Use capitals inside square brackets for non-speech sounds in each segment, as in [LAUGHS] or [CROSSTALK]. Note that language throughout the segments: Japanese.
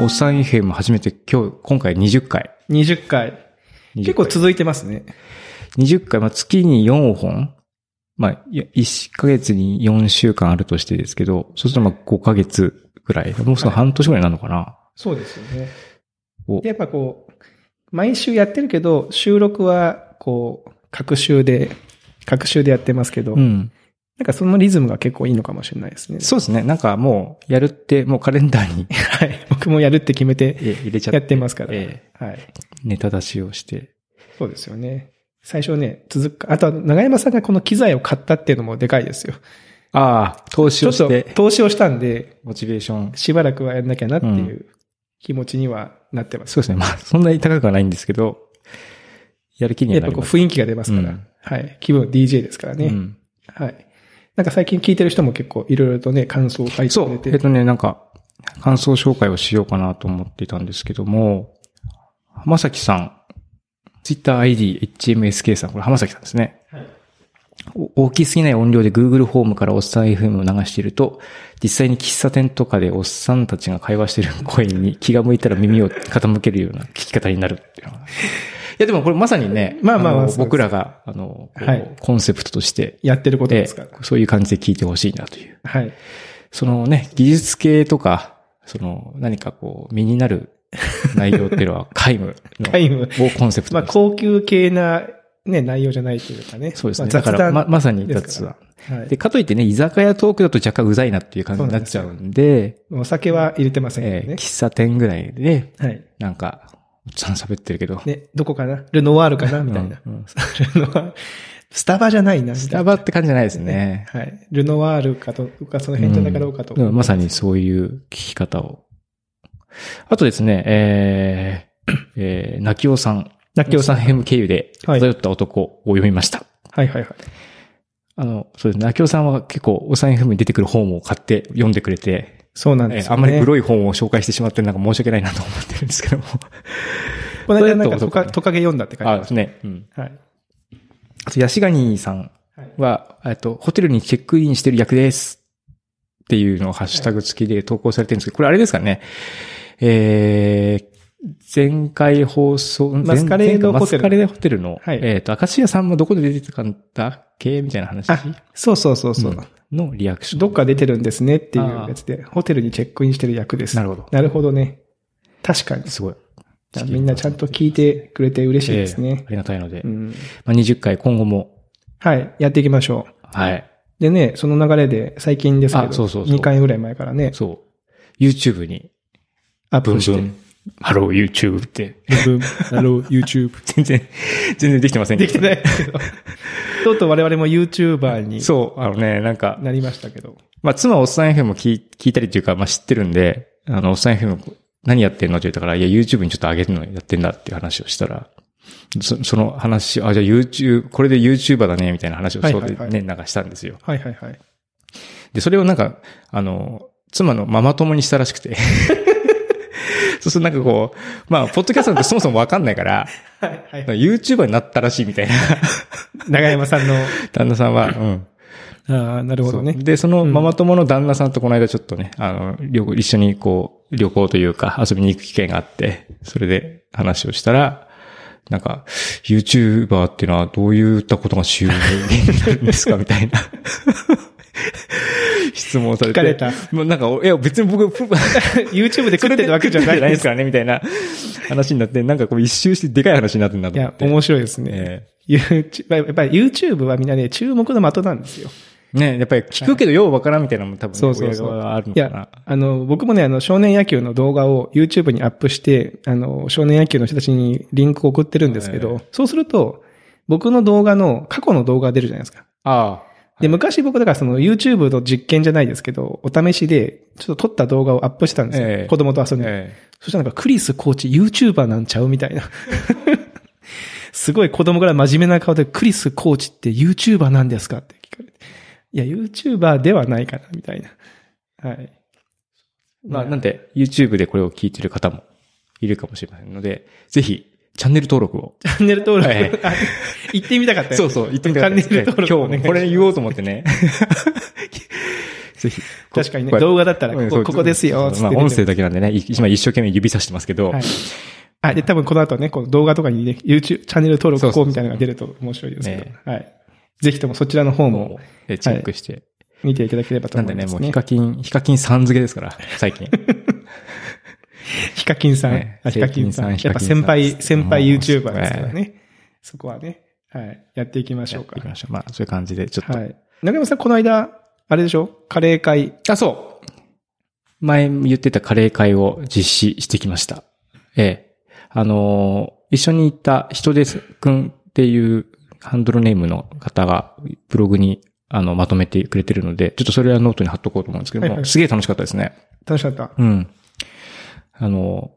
おっさん異変も初めて今日、今回20回。 20回。 20回結構続いてますね。 20回、まあ、月に4本まあ、1ヶ月に4週間あるとしてですけど、そうするとまあ5ヶ月ぐらい。もうその半年ぐらいになるのかな、そうですよね。おでやっぱこう、毎週やってるけど、収録はこう、各週で、各週でやってますけど、うん。なんかそのリズムが結構いいのかもしれないですね。そうですね。なんかもう、やるって、もうカレンダーにはい。僕もやるって決めてえ [LAUGHS] 入れちゃって。やってますから。えはい。えネタ出しをして。そうですよね。最初ね、続くか。あとは、長山さんがこの機材を買ったっていうのもでかいですよ。ああ、投資ちょをっしとて、投資をしたんで、モチベーション。しばらくはやんなきゃなっていう気持ちにはなってます。そうですね。まあ、そんなに高くはないんですけど、やる気にやはなっぱりこうます。雰囲気が出ますから。うんはい。気分 DJ ですからね。うんはい。なんか最近聞いてる人も結構いろいろとね、感想を書いてそくれう。て。えっとね、なんか、感想紹介をしようかなと思っていたんですけども、浜崎さん、TwitterID、HMSK さん、これ浜崎さんですね。お大きすぎない音量で Google ホームからおっさん FM を流していると、実際に喫茶店とかでおっさんたちが会話している声に気が向いたら耳を傾けるような聞き方になるっていうのがいや、でもこれまさにね、まあまあまのあそうです僕らが、あの、こうはいコンセプトとして、やってることですからえ。えそういう感じで聞いてほしいなという。はい。そのね、技術系とか、その何かこう、身になる内容っていうの [LAUGHS] は皆無のタイム。をコンセプトまあ、にして高級系な、ね、内容じゃないというかね。そうですね。まあだから、ま、まさにです雑か談。らはいで、かといってね、居酒屋トークだと若干うざいなっていう感じになっちゃうんで、お酒は入れてませんえよーね。喫茶店ぐらいで、はい。なんか、おっちゃん喋ってるけど、ね、どこかなルノワールかなみたいな。うんうんルノワール。スタバじゃないな、ススタバって感じじゃないですね。はい。ルノワールかとか、その辺じゃなかろうかと。うんうんまさにそういう聞き方を。あとですね、えー、えー、なきおさん。なきおさんヘム経由で、はい漂った男を読みました。はいはいはい。あの、そうですね、なきおさんは結構、おさんヘムに出てくる本を買って読んでくれて、そうなんえでーすよ、ね。あんまりグロい本を紹介してしまってなんか申し訳ないなと思ってるんですけども。この間なんかそトうかカトカゲ読んだって感あじですね。うん。はい。あと、ヤシガニさんはいは、えっと、ホテルにチェックインしてる役です。っていうのをハッシュタグ付きで投稿されてるんですけど、これあれですかね。えー、前回放送、マスカレー前前回ドホテルマスカレードホテルの、はいえっ、と、アカシアさんもどこで出てたんだっけみたいな話あ、そうそうそうそう、のリアクション。どっか出てるんですねっていうやつで、ホテルにチェックインしてる役です。なるほどなるほどね。確かに。すごい。みんなちゃんと聞いてくれて嬉しいえですーねあ。りがたいので、うん、まあ、20回今後も、はい。やっていきましょう。はい。でね、その流れで最近ですけど、あそうそうそう2回ぐらい前からね、そう。YouTube に、アッブンプしてブ。ン、ハロー YouTube って、ブンブン。ハロー、YouTube。 [LAUGHS] 全然、全然できてませんけでどきてな [LAUGHS] いけど。とうとう我々も YouTuber にそう、あのね、なんか、なりましたけど。まあ、妻はおっさん FM も聞い聞いたりというか、まあ、知ってるんで、あの、おっさん FM 何やってんのって言ったから、いや、YouTube にちょっと上げるのやってんだっていう話をしたら、そその話、あ、じゃあ YouTube、これで YouTuber だね、みたいな話をはいそうはいではいね、なんかしたんですよ。はいはいはい。で、それをなんか、あの、妻のママ友にしたらしくて。 [LAUGHS] そうするとなんかこう、まあ、ポッドキャストなんてそもそもわかんないから、はいはい。 YouTuber になったらしいみたいな、 [LAUGHS] 長山さんの、旦那さんは、うん。ああ、なるほどねそう。で、そのママ友の旦那さんとこの間ちょっとね、あの、旅行、一緒にこう、旅行というか遊びに行く機会があって、それで話をしたら、なんか、YouTuber っていうのはどういったことが収入になるんですかみたいな。 [LAUGHS] 質問されて。聞かれたもうなんか、いや、別に僕、プ [LAUGHS] YouTube で食ってるわけじゃないでですからね、みたいな話になって、なんかこう一周してでかい話になってんなとい思っや、て。面白いですね。え YouTube、まあやっぱり YouTube はみんなね、注目の的なんですよ。えねやっぱり聞くけどようわからんみたいなのも多分ね、そうそうそう親側はあるのいかなや。、あの、僕もね、あの、少年野球の動画を YouTube にアップして、あの、少年野球の人たちにリンクを送ってるんですけど、えそうすると、僕の動画の、過去の動画が出るじゃないですか。あで、昔僕だからその YouTube の実験じゃないですけど、お試しで、ちょっと撮った動画をアップしたんですよ。ええ子供と遊んで。ええそしたらなんかクリスコーチ YouTuber なんちゃうみたいな。 [LAUGHS] すごい子供から真面目な顔でクリスコーチって YouTuber なんですかって聞かれて。いや、YouTuber ではないかな、みたいな。はい。まあ、なんで、YouTube でこれを聞いてる方もいるかもしれませんので、ぜひ、チャンネル登録 [LAUGHS] を。チャンネル登録、はい行ってみたかったよそうそう、言ってみたかったです [LAUGHS] チャンネル登録今日、これ言おうと思ってね。ぜひ。確かにね、これ動画だったら、うんこそうこここですよ、つってまあ出てくる音声だけなんでね、い今一生懸命指さしてますけど、はい。あ、で、多分この後ね、この動画とかにね、YouTube、チャンネル登そうそ録うこそううみたいなのが出ると面白いですけど、はい。ぜひともそちらの方ももう、えチェックして。見ていただければとなん思でいね、ます、もうね。ヒカキン、ヒカキンさん付けですから、最 [LAUGHS] 近。ヒカキンさん。ねあヒカキンさん。ヒカやっキぱンさん先輩、先輩もう YouTuber ですからね。そこはね、はい。やっていきましょうか行き。ましょう。まあ、そういう感じで、ちょっと。はい。中山さん、この間、あれでしょカレー会。あ、そう。前言ってたカレー会を実施してきました。ええ。あのー一緒に行った人ですくんっていうハンドルネームの方がブログにあのまとめてくれてるので、ちょっとそれはノートに貼っとこうと思うんですけども、はいはいすげえ楽しかったですね。楽しかった。うん。あの、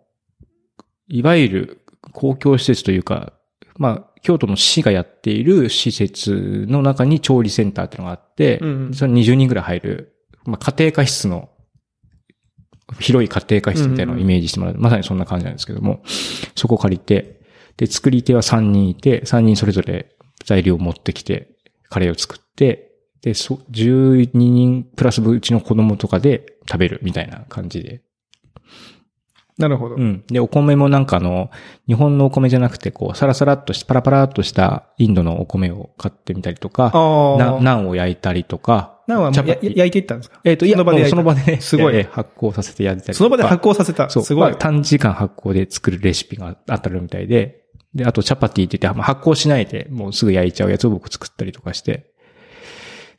いわゆる公共施設というか、まあ、京都の市がやっている施設の中に調理センターっていうのがあって、うんうんそれ20人ぐらい入る、まあ、家庭科室の、広い家庭科室みたいなのをイメージしてもらう。まさにそんな感じなんですけども、そこ借りて、で、作り手は3人いて、3人それぞれ材料を持ってきて、カレーを作って、で、そ、12人プラスうちの子供とかで食べるみたいな感じでなるほど。うん。で、お米もなんかあの、日本のお米じゃなくて、こう、サラサラっとし、パラパラっとしたインドのお米を買ってみたりとか、あなあ。ナンを焼いたりとか、ナンはもチうャやパティや焼いていったんですかえっ、と、いや、その場でもう焼いたその場で、 [LAUGHS] すごいええ発酵させて焼いたりとか。その場で発酵させた。そう、すごいまあ。短時間発酵で作るレシピがあったるみたいで、で、あとチャパティって言って、まあ発酵しないで、もうすぐ焼いちゃうやつを僕作ったりとかして、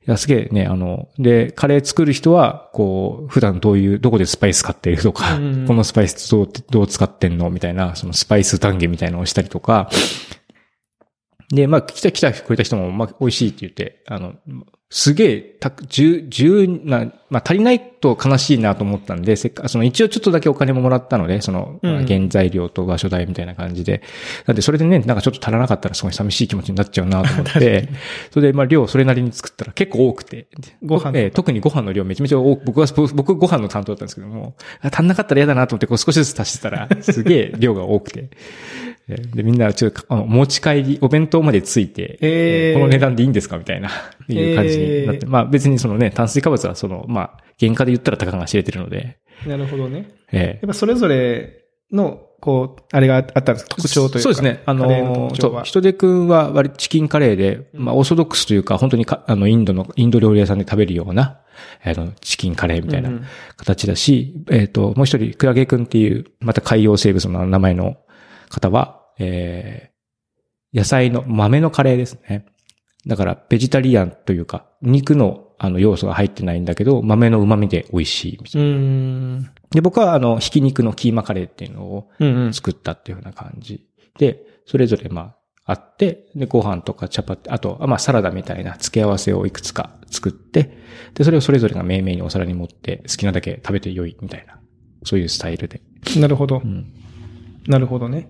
いや、すげえね、あの、で、カレー作る人は、こう、普段どういう、どこでスパイス買ってるとか、うんこのスパイスどう、どう使ってんのみたいな、そのスパイス談義みたいなのをしたりとか、で、まあ、来た来たくれた人も、まあ、美味しいって言って、あの、すげえ、たく、十、十な、まあ、足りないと悲しいなと思ったんで、せっか、その一応ちょっとだけお金ももらったので、その、うん原材料と場所代みたいな感じで。なんで、それでね、なんかちょっと足らなかったらすごい寂しい気持ちになっちゃうなと思っ [LAUGHS] 確かて、それで、まあ、量それなりに作ったら結構多くて、ご飯ええ特にご飯の量めちゃめちゃ多く、僕は、僕僕ご飯の担当だったんですけども、あ足んなかったら嫌だなと思って、こう少しずつ足してたら、すげえ量が多くて。えーで、みんな、ちょっと、あの、持ち帰り、お弁当までついて、えーこの値段でいいんですかみたいな、いう感じになって。えーまあ別にそのね、炭水化物はその、まあ、原価で言ったら高が知れてるので、なるほどね。えやっぱそれぞれの、こう、あれがあったんです特徴というか。そうですね。あカレーのの特、徴そう、は。ヒトデ君は割とチキンカレーで、まあ、オーソドックスというか、本当にか、あの、インドの、インド料理屋さんで食べるような、あの、チキンカレーみたいなうんうん形だし、えっ、と、もう一人、クラゲ君っていう、また海洋生物の名前の方は、えー、野菜の豆のカレーですね。だから、ベジタリアンというか、肉の、あの、要素が入ってないんだけど、豆の旨味で美味しいみたいな。うーん。で、僕は、あの、ひき肉のキーマカレーっていうのを、うんうん。作ったっていうような感じ。で、それぞれまあ、あって、で、ご飯とかチャパティ、あと、あまあ、サラダみたいな付け合わせをいくつか作って、で、それをそれぞれが命名にお皿に盛って、好きなだけ食べてよい、みたいな。そういうスタイルで。なるほどう。ん。なるほどね。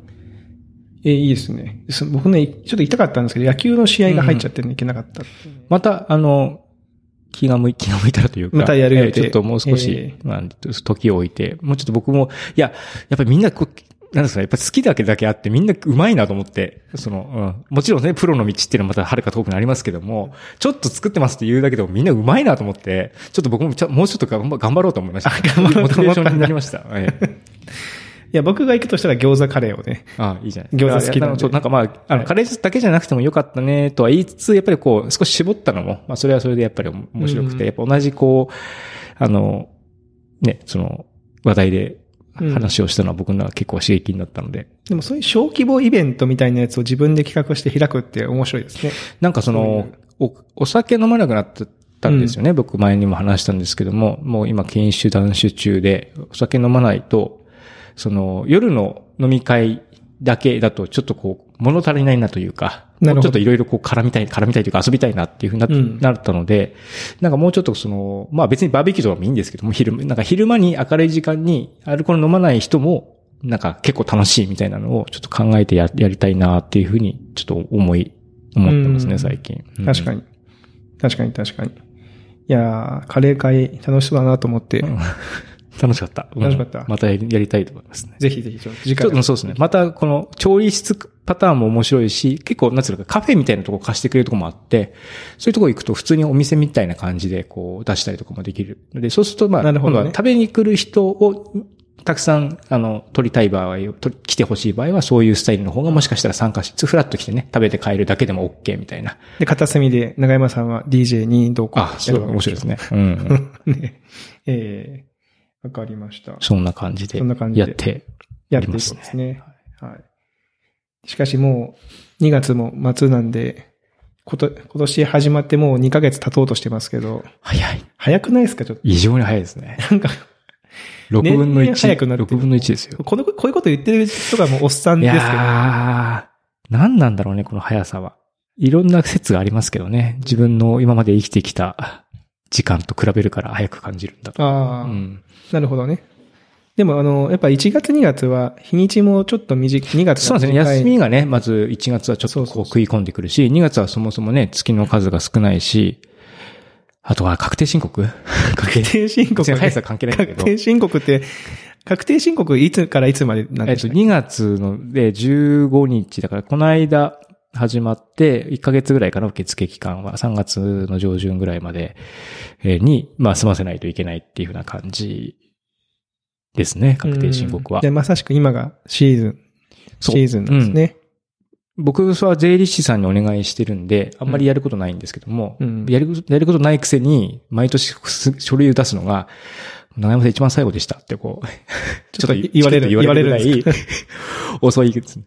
えー、いいですね。そ僕ね、ちょっと痛かったんですけど、野球の試合が入っちゃってね、いけなかった。また、あの、気が向い、気が向いたらというか。またやる予定えーちょっともう少しえ、まあ、時を置いて、もうちょっと僕も、いや、やっぱりみんなこう、なんですかね、やっぱ好きだけだけあってみんなうまいなと思って、その、うん。もちろんね、プロの道っていうのはまたはるか遠くなりますけども、ちょっと作ってますって言うだけでもみんなうまいなと思って、ちょっと僕もちょもうちょっと頑張頑張ろうと思いました。頑張ろうモとチベー思っシたョんだンになりました。ええいや、僕が行くとしたら餃子カレーをね。ああいいじゃない餃子好きななんでの。そう、なんかまあ、あの、はいカレーだけじゃなくてもよかったね、とは言いつつ、やっぱりこう、少し絞ったのも、まあ、それはそれでやっぱり面白くうんて、やっぱ同じこう、あの、ね、その、話題で話をしたのは僕のは結構刺激になったので、でもそういう小規模イベントみたいなやつを自分で企画して開くって面白いですね。なんかその、お、お酒飲まなくなってたんですよね、僕前にも話したんですけども、もう今禁酒断酒中で、お酒飲まないと、その、夜の飲み会だけだと、ちょっとこう、物足りないなというか、なるほどもうちょっといろいろこう絡みたい、絡みたいというか遊びたいなっていうふうにな,、うんなったので、なんかもうちょっとその、まあ別にバーベキューとかもいいんですけども、昼間、なんか昼間に明るい時間にアルコール飲まない人も、なんか結構楽しいみたいなのをちょっと考えてややりたいなっていうふうに、ちょっと思い、思ってますうね、ん最近。確かに。に。確かに確かに。いやー、カレー会楽しそうだなと思って、楽しかった。楽しかったうんまたやりやりたいと思いますね。ぜひぜひ、ちょっと次ちょ回っ。とそうですね。また、この、調理室パターンも面白いし、結構、なんつうのか、カフェみたいなとこ貸してくれるとこもあって、そういうとこ行くと普通にお店みたいな感じで、こう、出したりとかもできる。で、そうすると、まあ、なるほど今度ねは食べに来る人を、たくさん、あの、取りたい場合、取来てほしい場合は、そういうスタイルの方がもしかしたら参加し、つフラッと来てね、食べて帰るだけでも OK みたいな。で、片隅で、長山さんは DJ に同行。あ、すごい面白いですね。うんうん。い。 [LAUGHS] ね。ええわかりました。そんな感じでそんな感じでやって、やっていくんですね。はい。しかしもう、2月も末なんで、こと、今年始まってもう2ヶ月経とうとしてますけど、早い。早くないですかちょっと。異常に早いです [LAUGHS] ね。なんか、 6分の年々早1。くなってる6分の1ですよ。この、こういうこと言ってる人がもうおっさんいですやけど、ー、何なんだろうね、この速さは。いろんな説がありますけどね。自分の今まで生きてきた時間と比べるから早く感じるんだと。あうあ、ん、なるほどね。でもあの、やっぱ1月2月は日にちもちょっと短い、2月そがうで短すいね。休みがね、まず1月はちょっとこう食い込んでくるし、2月はそもそもね、月の数が少ないし、あとは確定申 [LAUGHS] 告確定 [LAUGHS] 確定申告、別に速さ関係ないんだけ確ど。定申告って、確定申告いつからいつまでなんえでっすと、か、 2月ので15日、だからこの間始まって、1ヶ月ぐらいかな、受付期間は、3月の上旬ぐらいまでえーに、まあ、済ませないといけないっていうふうな感じですね、確定申告はうんで、。まさしく今がシーズン、シそうーズンなんですね。僕は税理士さんにお願いしてるんで、あんまりやることないんですけども、うんやることやることないくせに、毎年す書類を出すのが、長山さん一番最後でしたってこ [LAUGHS] う、ちょっと言われちょる、っと言われるぐらんいです遅いですね。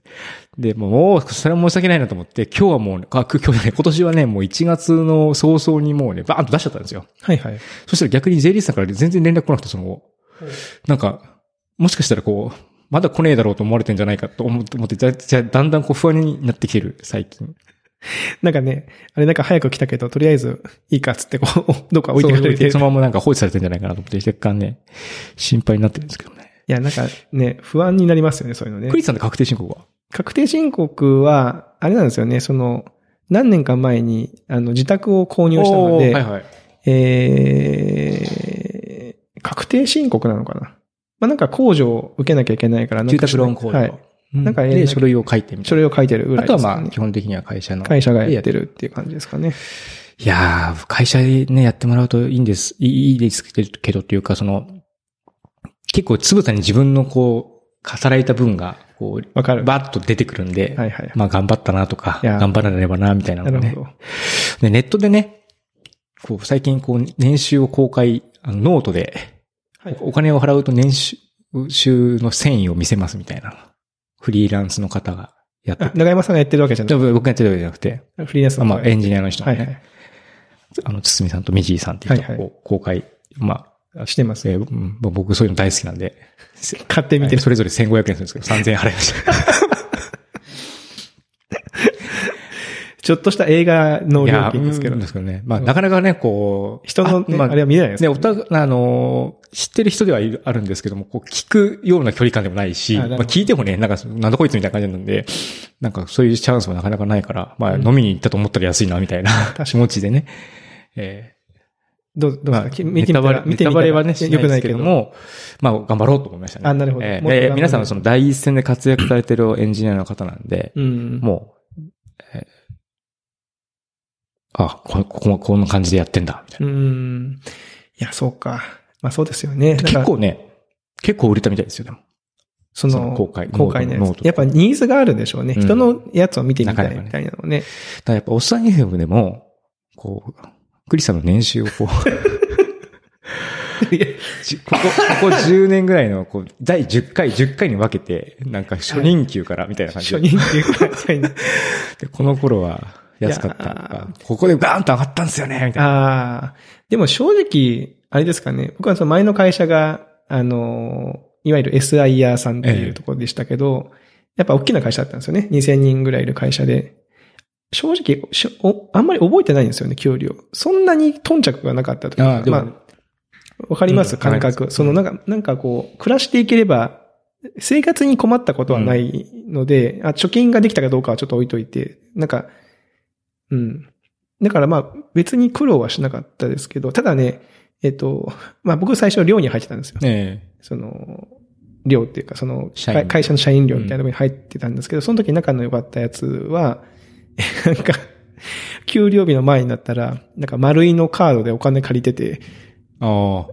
で、もう、それは申し訳ないなと思って、今日はもう、あ、今日じゃない今年はね、もう1月の早々にもうね、バーンと出しちゃったんですよ。はいはい。そしたら逆に税理士さんから全然連絡来なくて、その後、なんか、もしかしたらこう、まだ来ねえだろうと思われてんじゃないかと思って、思ってだだだんだんこう不安になってきてる、最近。なんかね、あれなんか早く来たけど、とりあえずいいかっつってこう、 [LAUGHS] どっか置いてくそうれ置いて。いてそのままなんか放置されてんじゃないかなと思って、若干ね、心配になってるんですけどね。や、なんかね、不安になりますよね、そういうのねク。リスさんって確定申告は確定申告は、あれなんですよね、その、何年か前に、あの、自宅を購入したのおで、ーはいはい。えー、確定申告なのかなまあ、なんか控除を受けなきゃいけないから、なん住か宅ローン控除。はい。うんなんかえーで、書類を書いてみたい書類を書いてるぐな。らあいとではすね、まあ、基本的には会社の。会社がやってるっていう感じですかね。いやー、会社でね、やってもらうといいんです。いいいいですけどっていうか、その、結構つぶさに自分のこう、重ねた分が、こう、わかる。バッと出てくるんで、はいはい。まあ頑張ったなとか、いやー頑張らねばな、みたいなのながるねほ。ど。で、ネットでね、こう、最近こう、年収を公開、あのノートで、はいお金を払うと年収収の繊維を見せますみたいな、フリーランスの方がやってあ長山さんがやってるわけじゃじなゃあ僕がやってるわけじゃなくて、い。フリーランスあのまあ方がエンジニアの人がはね、いはい。あの、堤さんとみじいさんっていう人はいがはこう公開、まあ、してます。えーうんまあ僕そういうの大好きなんで、せ買ってみはいてる。それぞれ1500円するんですけど、3000円払いました。ちょっとした映画のい料や金ですけどうん。ですけどね。まあ、なかなかね、こう。人のね、まあれは見れないですね、ね。おた、あのー、知ってる人ではいるあるんですけども、こう、聞くような距離感でもないし、あなるほまどあ、聞いてもね、なんか、なんだこいつみたいな感じなんで、なんか、そういうチャンスもなかなかないから、まあ、うん飲みに行ったと思ったら安いな、みたいなかに気持ちでね。えどう、どーうまですあか、き見ネてみタたバらレ、ネ見てタみたバらレはね、しなよいくでないすけけどど。も、まあ、頑張ろうと思いましたね。あなるほどえーもっと頑張ろう皆さんはその第一線で活躍されてるエンジニアの方なんで、うん。もう、えーあ、こ、ここ、こんな感じでやってんだ、みたいな。うん。いや、そうか。まあそうですよね。結なんか構ね、結構売れたみたいですよ、でも。そその、の公開公開のやノートつ。やっぱニーズがあるんでしょうね。うん人のやつを見てみたなかないかねみたいなのね。だからやっぱ、おっさん FM でも、こう、クリスさんの年収をこう、 [LAUGHS] いやじここ、ここ10年ぐらいの、こう、第10回、10回に分けて、なんか初任給からみたいな感じ初で、任給くらいみたいな。でこの頃は安かったとか、ここでガーンと上がったんですよね、みたいな。ああ。でも正直、あれですかね。僕はその前の会社が、あの、いわゆる SIR さんっていええうところでしたけど、やっぱ大きな会社だったんですよね。2000人ぐらいいる会社で。正直、しょおあんまり覚えてないんですよね、給料。そんなに頓着がなかったとあかあ。でもまあ、わかります、うん感わかり覚。ますそのなんか、なんかこう、暮らしていければ、生活に困ったことはないので、あ、貯金ができたかどうかはちょっと置いといて、なんか、うん。だからまあ別に苦労はしなかったですけど、ただね、えっと、まあ僕最初寮に入ってたんですよ。えその、寮っていうか、その、社員会会社の社員寮みたいなところに入ってたんですけど、その時仲の良かったやつは、なんか、給料日の前になったら、なんか丸いのカードでお金借りてて、えあ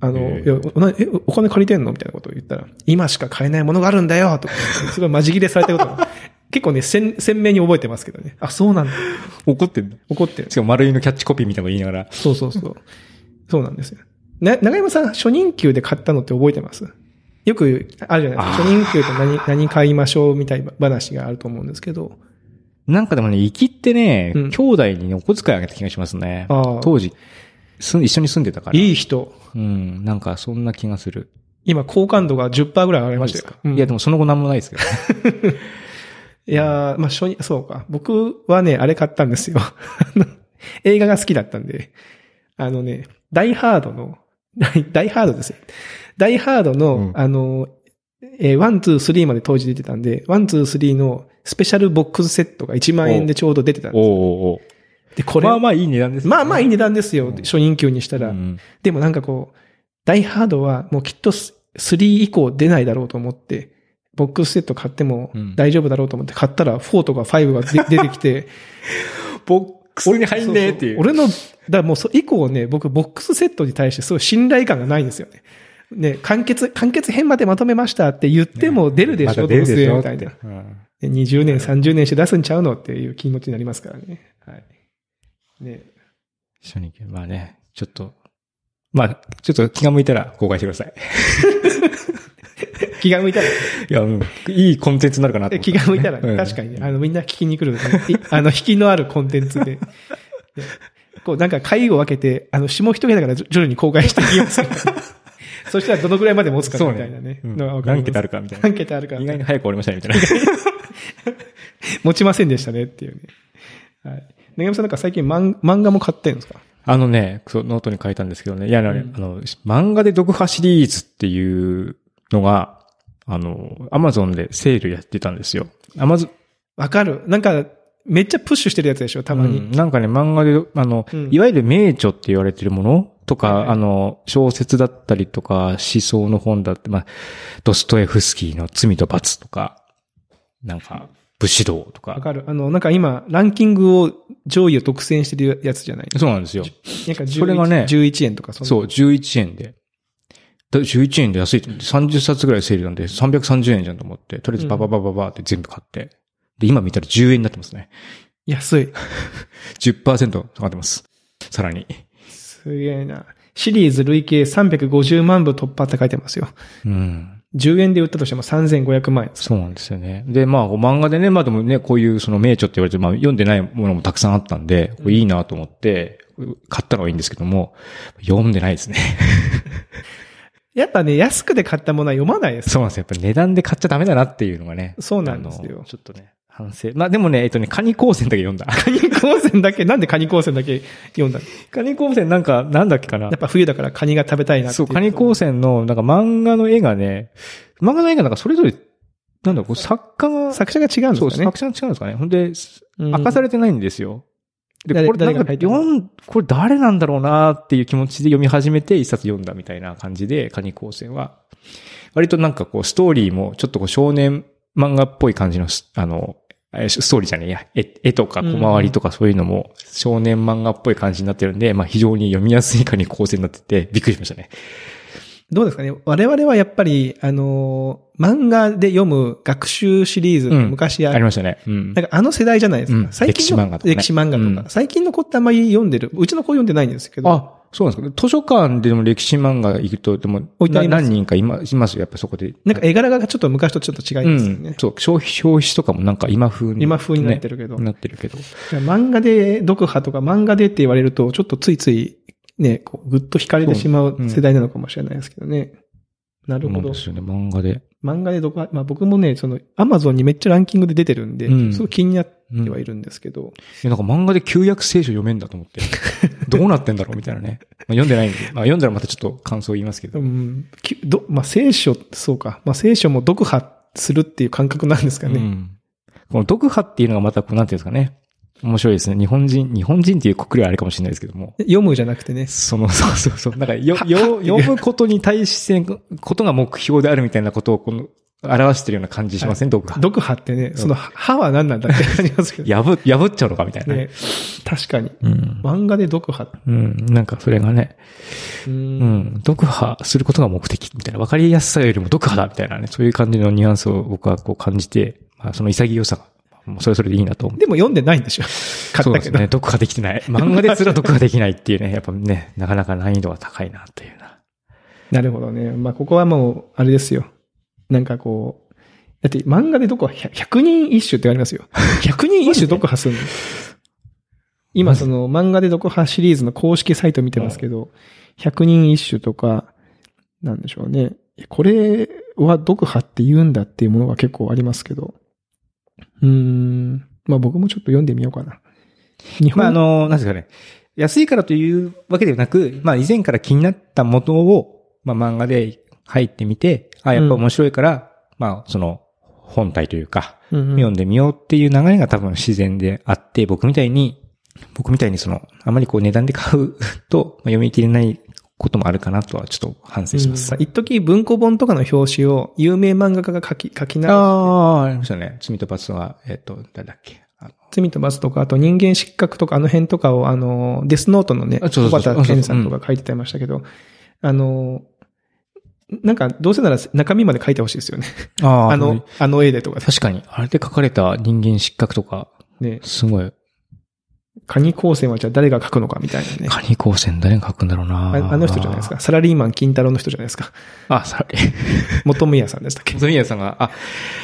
あ。あの、へえいやおなえおお金借りてんのみたいなことを言ったら、今しか買えないものがあるんだよとか、すごいマジ切れされ [LAUGHS] たことが結構ね、鮮鮮明に覚えてますけどね。あ、そうなんだ。怒ってんだ。怒ってる。しかも丸いのキャッチコピーみたいなの言いながら。そうそうそう。そうなんですよ。な、長山さん、初任給で買ったのって覚えてますよくあるじゃないですか。初任給と何、何買いましょうみたいな話があると思うんですけど。なんかでもね、行きってね、うん兄弟にねお小遣いあげた気がしますね。ああ当時、すん、一緒に住んでたから。いい人。うん、なんかそんな気がする。今、好感度が10%ぐらい上がりましたよ。うんいや、でもその後なんもないですけど。いやー、まあ、初任、そうか。僕はね、あれ買ったんですよ。 [LAUGHS] あの映画が好きだったんで。あのね、ダイハードの、 [LAUGHS] ダイダイハードですよ。ダイハードの、うんあの、えー、ワン、ツー、スリーまで当時出てたんで、ワン、ツー、スリーのスペシャルボックスセットが1万円でちょうど出てたん [LAUGHS] でおうおうおうす。で、これ、まあままあいい値段です、あまあいい値段ですよ。うん初任給にしたら。うんでもなんかこう、ダイハードはもうきっとス3以降出ないだろうと思って、ボックスセット買ってもうん大丈夫だろうと思って買ったら4とか5が [LAUGHS] で出てきて、ボックスに入んねえっていう。そそ俺の、だからもうそ以降ね、僕ボックスセットに対してすごい信頼感がないんですよね。ね、完結、完結編までまとめましたって言っても出るでしょ、また出るでしどょうせみたいな。俺、うんで20年、30年して出すんちゃうのっていう気持ちになりますからね。はい。ね。初任給まあね、ちょっと。まあ、ちょっと気が向いたら公開してください。気が向いたら、いや、うん。いいコンテンツになるかなと思った気が向いたら、うん確かにね、あの、みんな聞きに来る、い [LAUGHS] あの、引きのあるコンテンツで。でこう、なんか会を分けて、あの、下一桁から徐々に公開していきますから。 [LAUGHS] そしたらどのぐらいまで持つかなみたいそなね。うねうんのが分かります何桁あるかみたいな何桁あるか。意外に早く終わりましたね、みたいな。持ちませんでしたねっていうね。はい。長山さんなんか最近漫漫画も買ってんですかあのね、そうノートに書いたんですけどね。いや、あの、うんあの漫画で読破シリーズっていうのが、あの、アマゾンでセールやってたんですよ。アマゾン、わかる。なんか、めっちゃプッシュしてるやつでしょ、たまに。うんなんかね、漫画で、あの、うんいわゆる名著って言われてるものとか、はいはいあの、小説だったりとか、思想の本だって、まあ、ドストエフスキーの罪と罰とか、なんか、武士道とわか。かる。あの、なんか今、ランキングを上位を独占してるやつじゃないそうなんですよ。なんか11それがね11円とかそんなそう、11円で。だ11円で安いと思って、30冊ぐらいセールなんで、330円じゃんと思って、とりあえずバババババって全部買って。で、今見たら10円になってますね。安い。 10%下がってます。さらに。すげえな。シリーズ累計350万部突破って書いてますよ。うん。 10円で売ったとしても3500万円です。そうなんですよね。で、まあ、こう漫画でね、まあでもね、こういうその名著って言われて、まあ読んでないものもたくさんあったんで、これいいなと思って、買ったのはいいんですけども、読んでないですね。 [LAUGHS] やっぱね、安くで買ったものは読まない [LAUGHS] です。そうなんですよ。やっぱり値段で買っちゃダメだなっていうのがね。そうなんですよあのちょっとね、反省。まあでもね、えっとね、カニ光線だけ読んだ。カニ光線だけ、なんでカニ光線だけ読んだのカニ光線なんか、なんだっけかなやっ。ぱ冬だからカニが食べたいなっていそう、カニ光線の、なんか漫画の絵がね、漫画の絵がなんかそれぞれ、なんだろう、こう作家が、作者が違うんですそよう、ね。作者が違うんですかね。ほんで、うん明かされてないんですよ。で、誰これなん誰がか書いた読のん、これ誰なんだろうなっていう気持ちで読み始めて一冊読んだみたいな感じで、カニ光線は。割となんかこう、ストーリーも、ちょっとこう、少年漫画っぽい感じのス、あの、えストーリーじゃねえや、絵絵とか小回りとかそういうのも少年漫画っぽい感じになってるんで、まあ非常に読みやすいカニ光線になってて、びっくりしましたね。どうですかね我々はやっぱり、あのー漫画で読む学習シリーズ、うん昔あありましたね。うんな。んかあの世代じゃないですか。うん最近の歴史漫画とかね歴史漫画とかうん最近の子ってあんまり読んでる。うちの子読んでないんですけど。あ、そうなんですか。図書館でも歴史漫画行くと、でも、置いてありなます何人かいまいますよ、やっぱそこで。なんか絵柄がちょっと昔とちょっと違いますようねん。。そう、消費、消費とかもなんか今風に。今風になってるけど。ねなってるけど。漫画で読破とか漫画でって言われると、ちょっとついついね、こうぐっと惹かれてしまうそううん世代なのかもしれないですけどね。なるそうなほんどで。すよね、漫画で。漫画で読破、まあ僕もね、その、アマゾンにめっちゃランキングで出てるんで、うんすごい気になってはうんいるんですけど、いやなんか漫画で旧約聖書読めんだと思 [LAUGHS] って。どうなってんだろうみたいなね。まあ、読んでないんで。まあ、読んだらまたちょっと感想言いますけうど。ん、きど、まあ聖書、そうか。まあ聖書も読破するっていう感覚なんですかうね。んこの読破っていうのがまた、こう、なんていうんですかね。面白いですね。日本人、日本人っていうくくりはあれかもしれないですけども。読むじゃなくてね。その、 [LAUGHS] そうそうそう。なんか、よ、よ、読むことに対して、ことが目標であるみたいなことを、この、表してるような感じしません、読が。毒派ってね、その歯は何なんだって感じますけど。破、破っちゃうのかみたいな。ね、確かに。うん。漫画で毒派。うん。なんか、それがね、う。うんん。読破することが目的みたいな。わかりやすさよりも読破だみたいなね。そういう感じのニュアンスを僕はこう感じて、まあ、その潔さが、もうそれぞれでいいなと思う。でも読んでないんでしょ。[LAUGHS] 買そうったですけど。ね。読破できて [LAUGHS] ない。漫画ですら読破できないっていうね。やっぱね、なかなか難易度が高いなっていうな。なるほどね。まあ、ここはもう、あれですよ。なんかこう、だって漫画でどこは100 100人一首ってありま [LAUGHS] すよ。100人一首どこはすんの今その漫画でどこはシリーズの公式サイト見てますけど、100人一首とか、なんでしょうね。これはどこはって言うんだっていうものが結構ありますけど。うーん。まあ僕もちょっと読んでみようかな。日本、まあ、あの、なんですかね。安いからというわけではなく、まあ、以前から気になったものを、まあ、漫画で入ってみて、あ、やっぱ面白いから、まあ、その、本体というか、うんうん読んでみようっていう流れが多分自然であって、僕みたいに、僕みたいにその、あまりこう値段で買うと、まあ読み切れないこともあるかなとはちょっと反省します。うん一時文庫本とかの表紙を有名漫画家が書き、書きあな、あ、ありましたね。罪と罰は、えっ、と、誰だっけ。あの罪と罰とか、あと人間失格とか、あの辺とかを、あの、デスノートのね、あそうそ小うそう畑健さんとか書いてたりましたけど、あの、なんか、どうせなら中身まで書いてほしいですよね。ああのの、、あの絵でとか確かに、あれで書かれた人間失格とか、ね。すごい、カニ光線はじゃあ誰が書くのかみたいなね。カニ光線誰が書くんだろうなああの人じゃないです。か。サラリーマン金太郎の人じゃないです [LAUGHS] か。あ、さ [LAUGHS] り。元宮さんでしたっけ。富谷さんが、あ、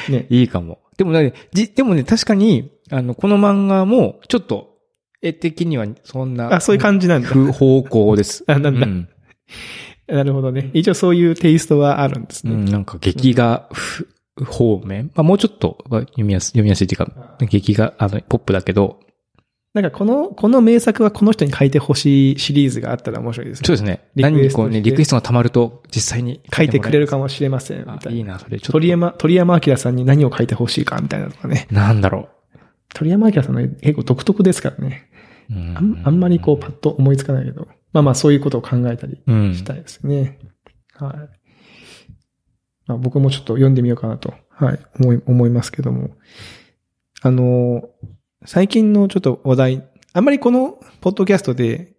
ね。いいかも。でもね、じ、でもね、確かに、あの、この漫画も、ちょっと、絵的にはそんな、あ、そういう感じなんだ。不方向です。あなんだ、うん。なるほどね。一応そういうテイストはあるんですうね。ん、なんか劇画ふ方面。まあもうちょっとまあ読みやすい、読みやすいっていうか、劇画、あの、ポップだけど、なんかこの、この名作はこの人に書いてほしいシリーズがあったら面白いですね。そうですね。リクエスト何人こうね、してリクエストが溜まると、実際に書いてくれるかかもしれません、みあたいいな。いな、それ。ちょっと。鳥山、鳥山明さんに何を書いてほしいか、みたいなのとかね。なんだろ鳥山明さんの絵結構独特ですからね。う。うあんあんまりこうパッと思いつかないけど。まあまあそういうことを考えたりう、うんし。たいですね。はい。まあ僕もちょっと読んでみようかなと、はい、思い、思いますけども。あのー、最近のちょっと話題、あんまりこのポッドキャストで、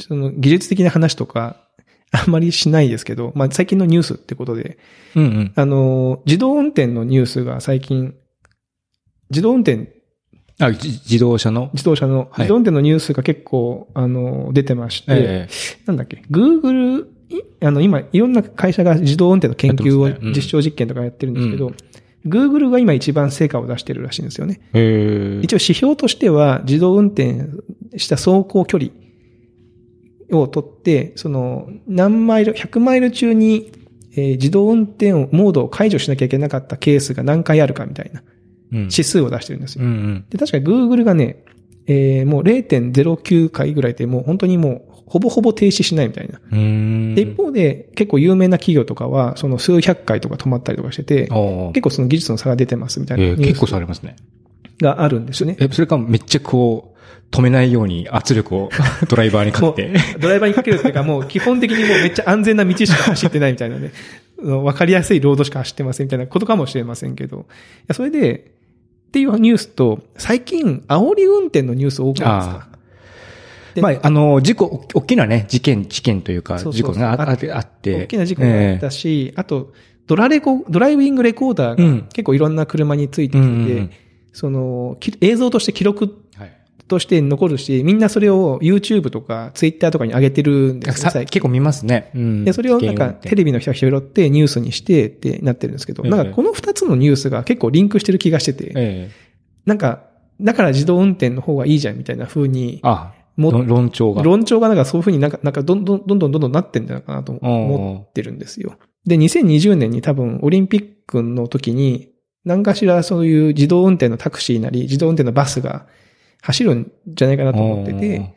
その技術的な話とか、あんまりしないですけど、まあ最近のニュースってことで、うんうん。あのー、自動運転のニュースが最近、自動運転、あ、じ自動車の。自動車の、はい自動運転のニュースが結構、あのー、出てまして、ええなんだっけ、Google、いあの、今、いろんな会社が自動運転の研究やってますねうをん実証実験とかやってるんですけど、Google が今一番成果を出してるらしいんですよね。ええ一応指標としては、自動運転した走行距離を取って、その、何マイル、100マイル中に、えー自動運転をモードを解除しなきゃいけなかったケースが何回あるかみたいなうん指数を出してるんですようんうん。で、確かに Google がね、えーもう0.09回ぐらいでもう本当にもうほぼほぼ停止しないみたいな。うーん。で、一方で結構有名な企業とかは、その数百回とか止まったりとかしてて、おー結構その技術の差が出てますみたいなええニュー結構ス差ありますね。があるんですよね。え、それかめっちゃこう、止めないように圧力を [LAUGHS] ドライバーにかもう [LAUGHS] けて。ドライバーにかけるっていう [LAUGHS] か、もう基本的にもうめっちゃ安全な道しか走ってないみたいなね、あのわかりやすいロードしか走ってませんみたいなことかもしれませんけど、いやそれで、っていうニュースと、最近、煽り運転のニュース多くないですかあでまあ、あの、事故、お大きなね、事件、事件というか、そうそう事故があああって。大きな事故があっえたし、あと、ドラレコ、ドライビングレコーダうーんが結構いろんな車についてきてて、うんうんうんその、き映像として記録えはいとして残るし、みんなそれを YouTube とか Twitter とかに上げてるんですよ、さ最結近。構見ますね。うんで、それをなんかテレビの人が拾ってニュースにしてってなってるんですけど、ええなんかこの二つのニュースが結構リンクしてる気がしてえて、えなんか、だから自動運転の方がいいじゃんみたいな風に、あ、も論論調が。論調がなんかそういう風になんか、なんかどんどんどんどんどんどんなってんじゃないかなと思ってるんですよ。で、2020年に多分オリンピックの時に、何かしらそういう自動運転のタクシーなり、自動運転のバスが走るんじゃないかなと思ってて、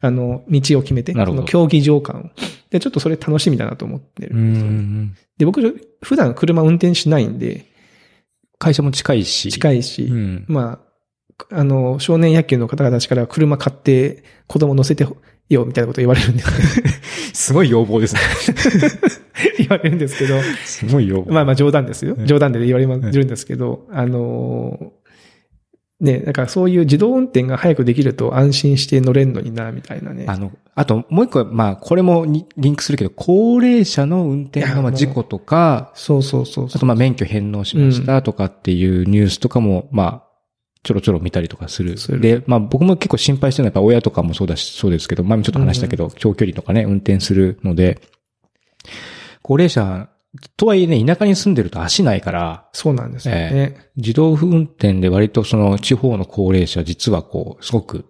あの、道を決めて、なるほどその競技場間を。で、ちょっとそれ楽しみだなと思っうてるんですよね。ん。で、僕、普段車運転しないんで、会社も近いし。近いし、うん。まあ、あの、少年野球の方々たちから車買って子供乗せてよ、みたいなこと言われるんです。 [LAUGHS] すごい要望ですね。言われるんですけど、すごい要望。まあまあ冗談ですよえ。え冗談で言われるんですけど、あのーね、だからそういう自動運転が早くできると安心して乗れんのにな、みたいなね。あの、あともう一個は、まあ、これもにリンクするけど、高齢者の運転いやのまもあう事故とか、そうそうそうあそう。とまあ免許返納しましたとかっていうニュースとかも、まあ、ちょろちょろ見たりとかする。するで、まあ僕も結構心配してるのはやっぱ親とかもそうだし、そうですけど、前もちょっと話したけど、長距離とかね、運転するので、高齢者、とはいえね、田舎に住んでると足ないから、そうなんですよね。自動運転で割とその地方の高齢者、実はこう、すごく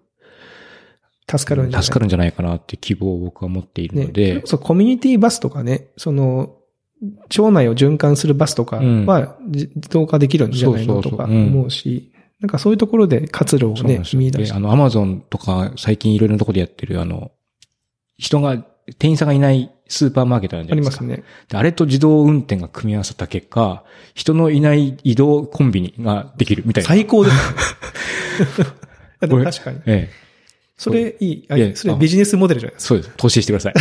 助かるんじゃない助かるんじゃないかなっていう希望を僕は持っているねの、で、それこそコミュニティバスとかね、その、町内を循環するバスとかうんは自自動化できるんじゃないのそうとかそうそううん思うし、なんかそういうところで活路をそうなんねで、すよ見出でしあて。の、アマゾンとか最近いろいろなとこでやってる、あの、人が、店員さんがいないスーパーマーケットあるじあゃなりいでますすか。ね。であれと自動運転が組み合わさった結果、人のいない移動コンビニができるみたいな。最高です。 [LAUGHS] だってこれ確かに。ええ、それいい。あいやそれビジネスモデルじゃないですか。そうです。投資してください。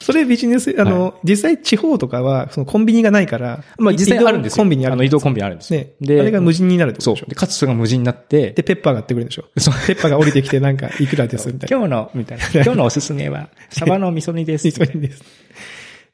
それビジネス、あの、実際地方とかは、そのコンビニがないから、まあ実際あるんです移よ。動コンビニあるあんので移動コンビニあるんですすよ。ね。であれが無人になるってことそでしょう。で、かつそれが無人になって、で、ペッパーがやってくれるんでしょそうペッパーが降りてきてなんか、いくらですみ [LAUGHS] たいな。今日の、みたいな。今日のおすすめは、サバの味噌煮 [LAUGHS] です。急いです。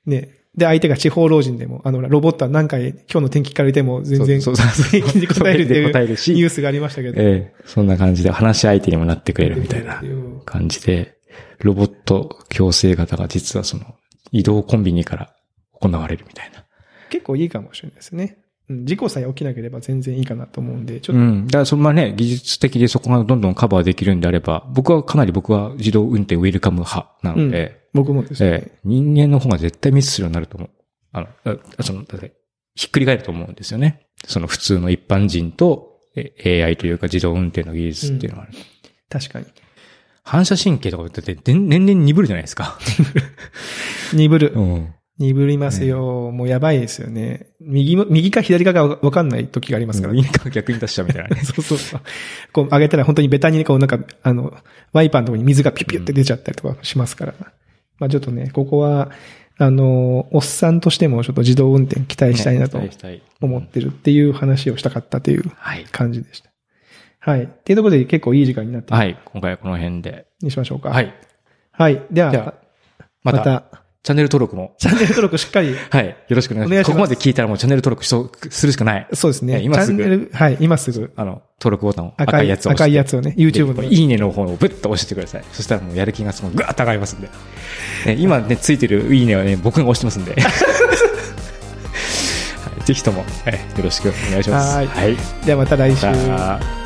ね。で、相手が地方老人でも、あの、ロボットは何回今日の天気聞かれても全然、そうそう [LAUGHS] そう平気で答えるっていう答えるしニュースがありましたけど。ええ、そんな感じで話し相手にもなってくれるみたいな感じで、ロボット強制型が実はその移動コンビニから行われるみたいな。結構いいかもしれないですね。うん、事故さえ起きなければ全然いいかなと思うんで、ちょっうと、ん。だからそんなね、技術的でそこがどんどんカバーできるんであれば、僕はかなり僕は自動運転ウェルカム派なので、僕もですね、ええ、人間の方が絶対ミスするようになると思う。あの、あその、だってひっくり返ると思うんですよね。その普通の一般人とえ AI というか自動運転の技術っていうのは、確かに。反射神経とかだって年年々鈍るじゃないですか。鈍る。うん。鈍りますよ。もうやばいですよね。右も、右か左かがわかんない時がありますからね。ウィンカー逆に出しちゃうみたいなね。 [LAUGHS] そうそうそう。こう上げたら本当にベタにこうなんか、あの、ワイパーのところに水がピュピュって出ちゃったりとかしますから。まあちょっとね、ここは、あの、おっさんとしてもちょっと自動運転期待したいなと期待したい思ってるっていう話をしたかったというはい。感じでした。はい。っていうところで結構いい時間になってはい。今回はこの辺で。にしましょうか。は。い。はい。でじゃは、ままた、た、チャンネル登録も。チャンネル登録しっかり、はい。よろしくお願いしお願ます。いしますここまで聞いたらもうチャンネル登録し [LAUGHS] そうするしかない。そうですね。ね今すぐチャンネル、はい、今すぐ。あの、登録ボタンを赤赤いいややつつをを。押赤しいて。やつをね、YouTube での。いいねの方をブッと押してください。そしたらもうやる気がすごいグワッと上がりますんで。え今ね、ついてるいいねはね、僕が押してますん [LAUGHS] で。はいぜひとも、えよろしくお願いします。はいはい。ではまた来週。さあ